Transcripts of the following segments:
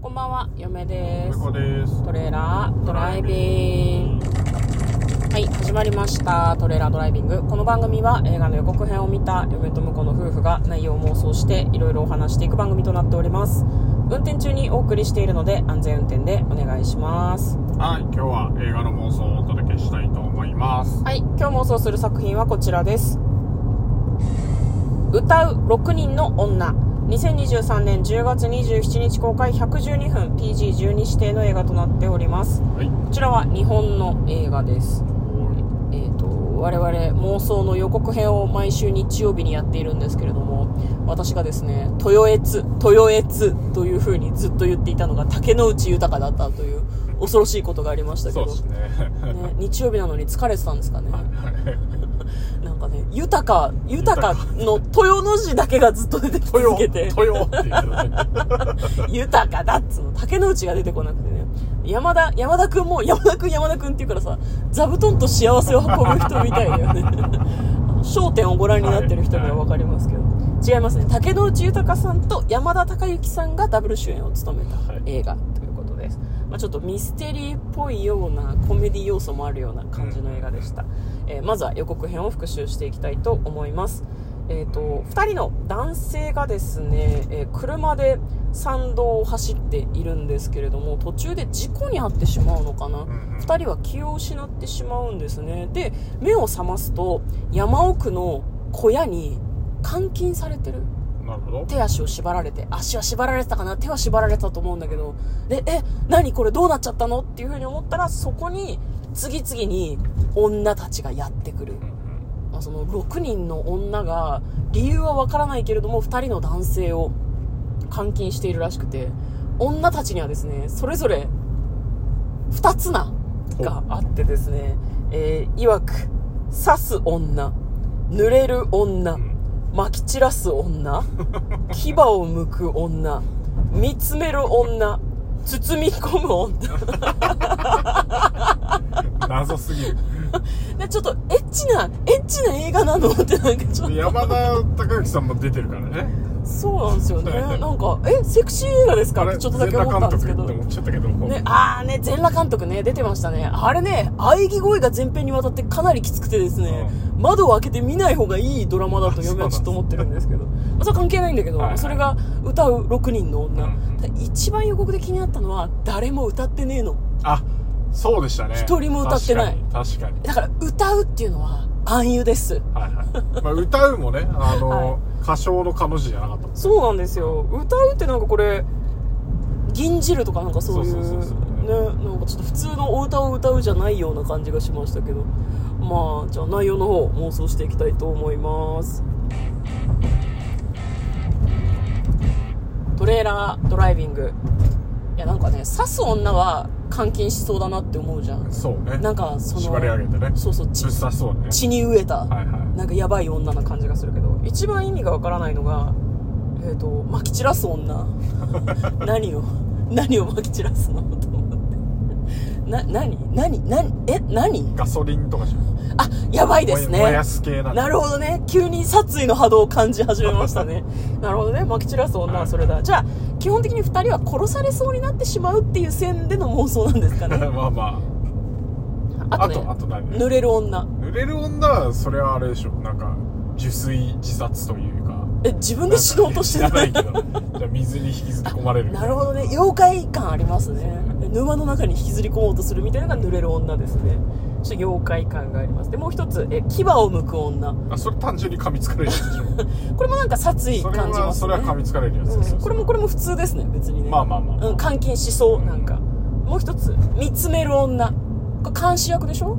こんばんは、嫁です。猫です。トレーラードライビング。はい、始まりました。トレーラードライビング。この番組は映画の予告編を見た嫁と婿の夫婦が内容を妄想していろいろお話していく番組となっております。運転中にお送りしているので安全運転でお願いします。はい、今日は映画の妄想をお届けしたいと思います。はい、今日妄想する作品はこちらです。歌う6人の女。2023年10月27日公開112分 PG12 指定の映画となっております。はい。こちらは日本の映画です。えー、と我々妄想の予告編を毎週日曜日にやっているんですけれども私がですね「豊越豊越」というふうにずっと言っていたのが竹野内豊だったという恐ろしいことがありましたけそうど、 ですね。ね、日曜日なのに疲れてたんですかねはいなんかね「豊か」「豊か」の豊の字だけがずっと出てき続け て豊豊って言ってたね。 豊かだっつうの竹之内が出てこなくてね山田山田君も山田君山田君っていうからさ座布団と幸せを運ぶ人みたいだよね あの『笑点』をご覧になってる人には分かりますけど、違いますね竹之内豊さんと山田孝之さんがダブル主演を務めたはい映画ということです、まあ、ちょっとミステリーっぽいようなコメディ要素もあるような感じの映画でした、えーまずは予告編を復習していきたいと思いますえー、と2人の男性がですね、えー車で山道を走っているんですけれども途中で事故に遭ってしまうのかな、んうん2人は気を失ってしまうんですねで目を覚ますと山奥の小屋に監禁されてるなるほど。手足を縛られて足は縛られてたかな手は縛られてたと思うんだけどでえ何これどうなっちゃったのっていうふうに思ったらそこに次々に女たちがやってくるうんうんまあその6人の女が理由はわからないけれども2人の男性を監禁しているらしくて女たちにはですねそれぞれ2つながあってですね、えー、曰く刺す女濡れる女うん撒き散らす 女牙を剥く女見つめる女包み込む 女謎すぎる。でちょっとエッチなエッチな映画なのってなんかちょっとで山田孝之さんも出てるからね。そうなんですよね。なんか、え、セクシー映画ですかあってれちょっとだけ思ったんですけど。全裸監督って思っちゃったけど。ね、あーね、全裸監督ね、出てましたね。あれね、喘ぎ声が全編にわたってかなりきつくてですね、窓を開けて見ない方がいいドラマだと嫁はちょっと思ってるんですけど、まあ、それは関係ないんだけど、はいはいそれが歌う6人の女。うんで一番予告で気になったのは、誰も歌ってねえの。あ、そうでしたね。一人も歌ってない確かに。だから、歌うっていうのは、暗喩です。確かにはいはい。まあ歌うもね、あはの、歌唱の彼女じゃなかったもんね。そうなんですよ歌うってなんかこれ銀汁とかなんかそういうそうそうそうそうねなんかちょっと普通のお歌を歌うじゃないような感じがしましたけどまあじゃあ内容の方妄想していきたいと思いますトレーラードライビングいやなんかね刺す女は監禁しそうだなって思うじゃんそうね。なんかその縛り上げてね。そうそうぶ血っ刺しそうね。血に飢えたはいはい。なんかやばい女な感じがするけど一番意味がわからないのがえっ、と撒き散らす 女何を何を撒き散らすのと思ってな何何何え何ガソリンとかじゃん。あやばいですね燃やす系なんだなるほどね急に殺意の波動を感じ始めました ねなるほどね撒き散らす女はそれだじゃあ基本的に2人は殺されそうになってしまうっていう線での妄想なんですか ねまあまああ。あとねと、あと何濡れる女濡れる女は、それはあれでしょ。なんか、受水自殺という か。え自分で死のうとしてななんかい知らないけど。じゃあ水に引きずり込まれる。なるほどね妖怪感ありますね沼の中に引きずり込もうとするみたいなのが濡れる女ですねちょっと妖怪感がありますでもう一つえ牙を剥く女あ、それ単純に噛みつかれるやつでしょ。これもなんか殺意それ感じまは、すそねれは噛みつかれるやつですうよ。んこれもこれも普通ですね別にねまあまあまあ。うん、監禁しそうなんかもう一つ見つめる女これ監視役でしょ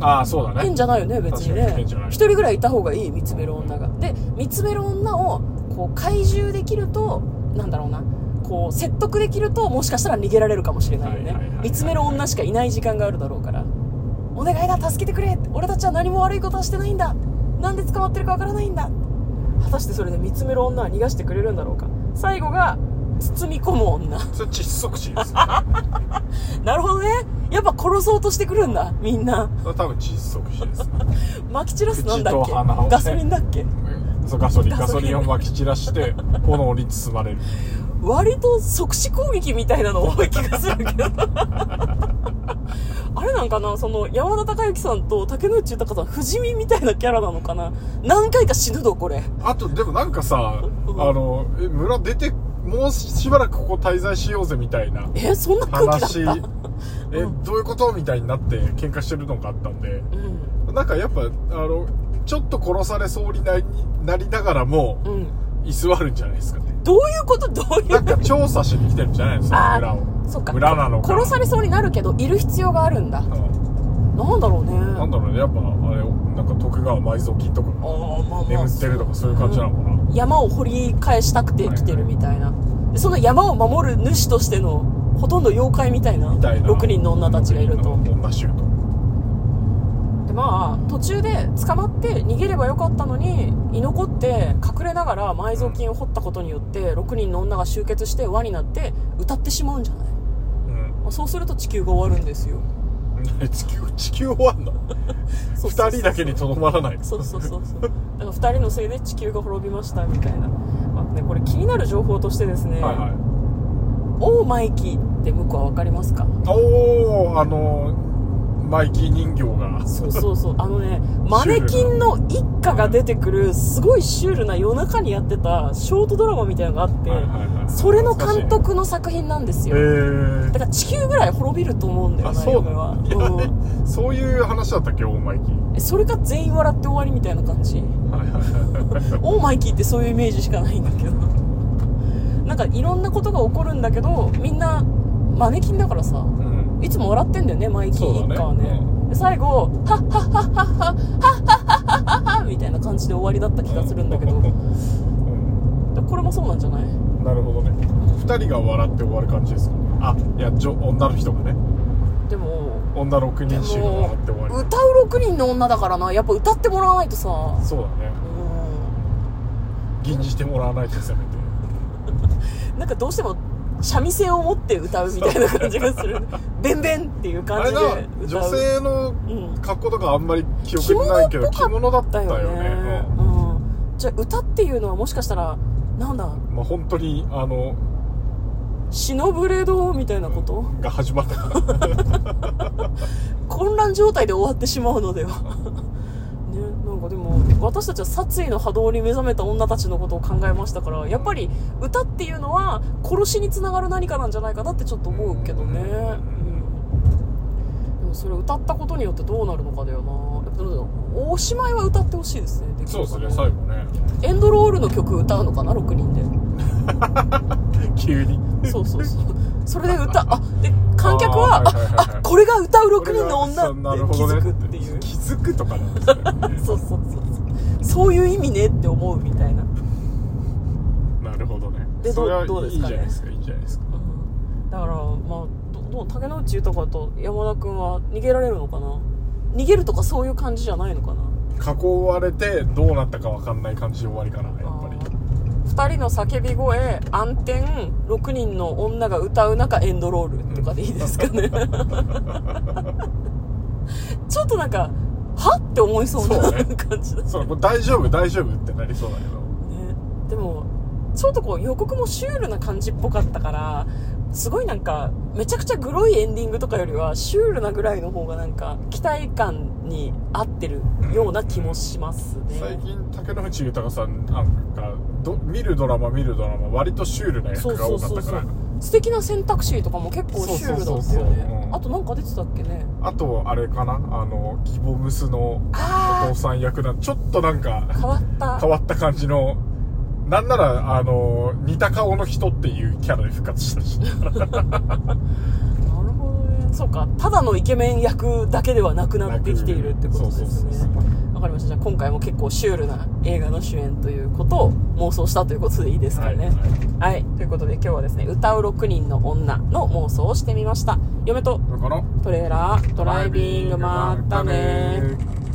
ああ、そうだ変ね。じゃないよね別に確かねに変じゃない一人ぐらいいた方がいい見つめる女がで見つめる女をこう怪獣できるとなんだろうなこう説得できるともしかしたら逃げられるかもしれないよねはいはいはい見つめる女しかいない時間があるだろうからお願いだ助けてくれ俺たちは何も悪いことはしてないんだなんで捕まってるかわからないんだ果たしてそれで見つめる女は逃がしてくれるんだろうか最後が包み込む女 それ窒息死です。なるほどねやっぱ殺そうとしてくるんだみんなそれ多分窒息死 です。撒き散らすなんだっ口と鼻をけねガソリンだっけそう、ガソリン、ガガソソリリンンを撒き散らして、炎に包まれる。う割と即死攻撃みたいなの多い気がするけどあれなんかなその山田孝之さんと竹野内豊さん不死身みたいなキャラなのかな何回か死ぬどこれあとでもなんかさ、うんあのえ村出てもうしばらくここ滞在しようぜみたいなえそんな空話気だったえ、どういうことみたいになって喧嘩してるのがあったんでうんなんかやっぱあのちょっと殺されそうになりなりながらもうん居座るんじゃないですかねどういうことどういなうんか調査しに来てるんじゃないのその村をそっか村なのか殺されそうになるけどいる必要があるんだうんなんだろうねなんだろうねやっぱあれなんか徳川埋蔵金とかあがあまあまあ眠ってるとかそういう感じなのかな、山を掘り返したくて来てるみたいな、でその山を守る主としてのほとんど妖怪みたいなみたいな6人の女たちがいると六人の女衆とでまあ途中で捕まって逃げればよかったのに居残って隠れながら埋蔵金を掘ったことによって6人の女が集結して輪になって歌ってしまうんじゃない、うんまあそうすると地球が終わるんですよ地球地球終わんのそうそうそう2人だけにとどまらないそうそうそうそうだから2人のせいで地球が滅びましたみたいな、まあね、これ気になる情報としてですね、はいはいオーマイキーって向こうは分かりますかおおあのマイキー人形がそうそうそうあの ねマネキンの一家が出てくるすごいシュールな夜中にやってたショートドラマみたいなのがあって、はいはいはいそれの監督の作品なんですえよ、ーだから地球ぐらい滅びると思うんだよあなそう嫁はな、んだうんそういう話だったっけオーマイキーえそれが全員笑って終わりみたいな感じはいはいはオーマイキーってそういうイメージしかないんだけどなんかいろんなことが起こるんだけどみんなマネキンだからさい、うん、いつも笑ってんだよねマイキー一家はねそうだねで最後「はっはっはっはっはっはっはっはっはっは」みたいな感じで終わりだった気がするんだけどうんこれもそうなんじゃないなるほどね2人が笑って終わる感じですかねあいや女女の人がねでも女6で人衆がも笑って終わ歌う6人の女だからなやっぱ歌ってもらわないとさりそうだねう吟じてもらわないとせめてんなんかどうしても三味線を持って歌うみたいな感じがする 「ベンベン」っていうあ感れじだで歌う女性のうん格好とかあんまり記憶にないけど着物だっただよねよねうん、じゃあ歌っていうのはもしかしたらなんだうんまあ本当にあの忍ぶれどみたいなこと、が始まっ たから混乱状態で終わってしまうの ではねなんかでも私たちは殺意の波動に目覚めた女たちのことを考えましたからやっぱり歌っていうのは殺しにつながる何かなんじゃないかなってちょっと思うけどね、うんうん、でもそれ歌ったことによってどうなるのかだよなやっぱでもおしまいは歌ってほしいですねできそうるですからね最後ねエンドロールの曲歌うのかな6人で 急にそうそうそう。それで歌、あ、で、観客は、あ,、あーはいはいはいはいあ、これが歌う6これ人がのそうな女るってほ気どづねく っていう。気づくとかなんです ねそうそうそうそう。そういう意味ねって思うみたいな。なるほどねでどうそれはどうですかねいいじゃないですかいいじゃないですかうんだから、まあ、どどう、竹野内豊と山田くんは逃げられるのかな逃げるとかそういう感じじゃないのかな囲われてどうなったかわかんない感じで終わりかなやっぱ2り人の叫び声暗転6人の女が歌う中エンドロールとかでいいですかね ちょっとなんかはって思いそうそなうね感じだねそうこれ大丈夫大丈夫ってなりそうだけでどもちょっとこう予告もシュールな感じっぽかったからすごいなんかめちゃくちゃグロいエンディングとかよりはシュールなぐらいの方がなんか期待感に合ってるような気もしますね、最近竹野内豊さんなんかど見るドラマ見るドラマ割とシュールなそう役がそう多かそっうたそかうら素敵な選択肢とかも結構シュールだったよそうそうそうそうねうんあとなんか出てたっけねあとあれかなあのギボムスのおあ父さん役なちょっとなんかあ変わった変わった感じのなんならあの似た顔の人っていうキャラで復活したしなるほどねそうかただのイケメン役だけではなくなってきているってことそでうすそうそうそねわかりましたじゃあ今回も結構シュールな映画の主演ということを妄想したということでいいですかねはいはいはい、ということで今日はですね歌う6人の女の妄想をしてみました嫁とだからトレーラードライビングまったねー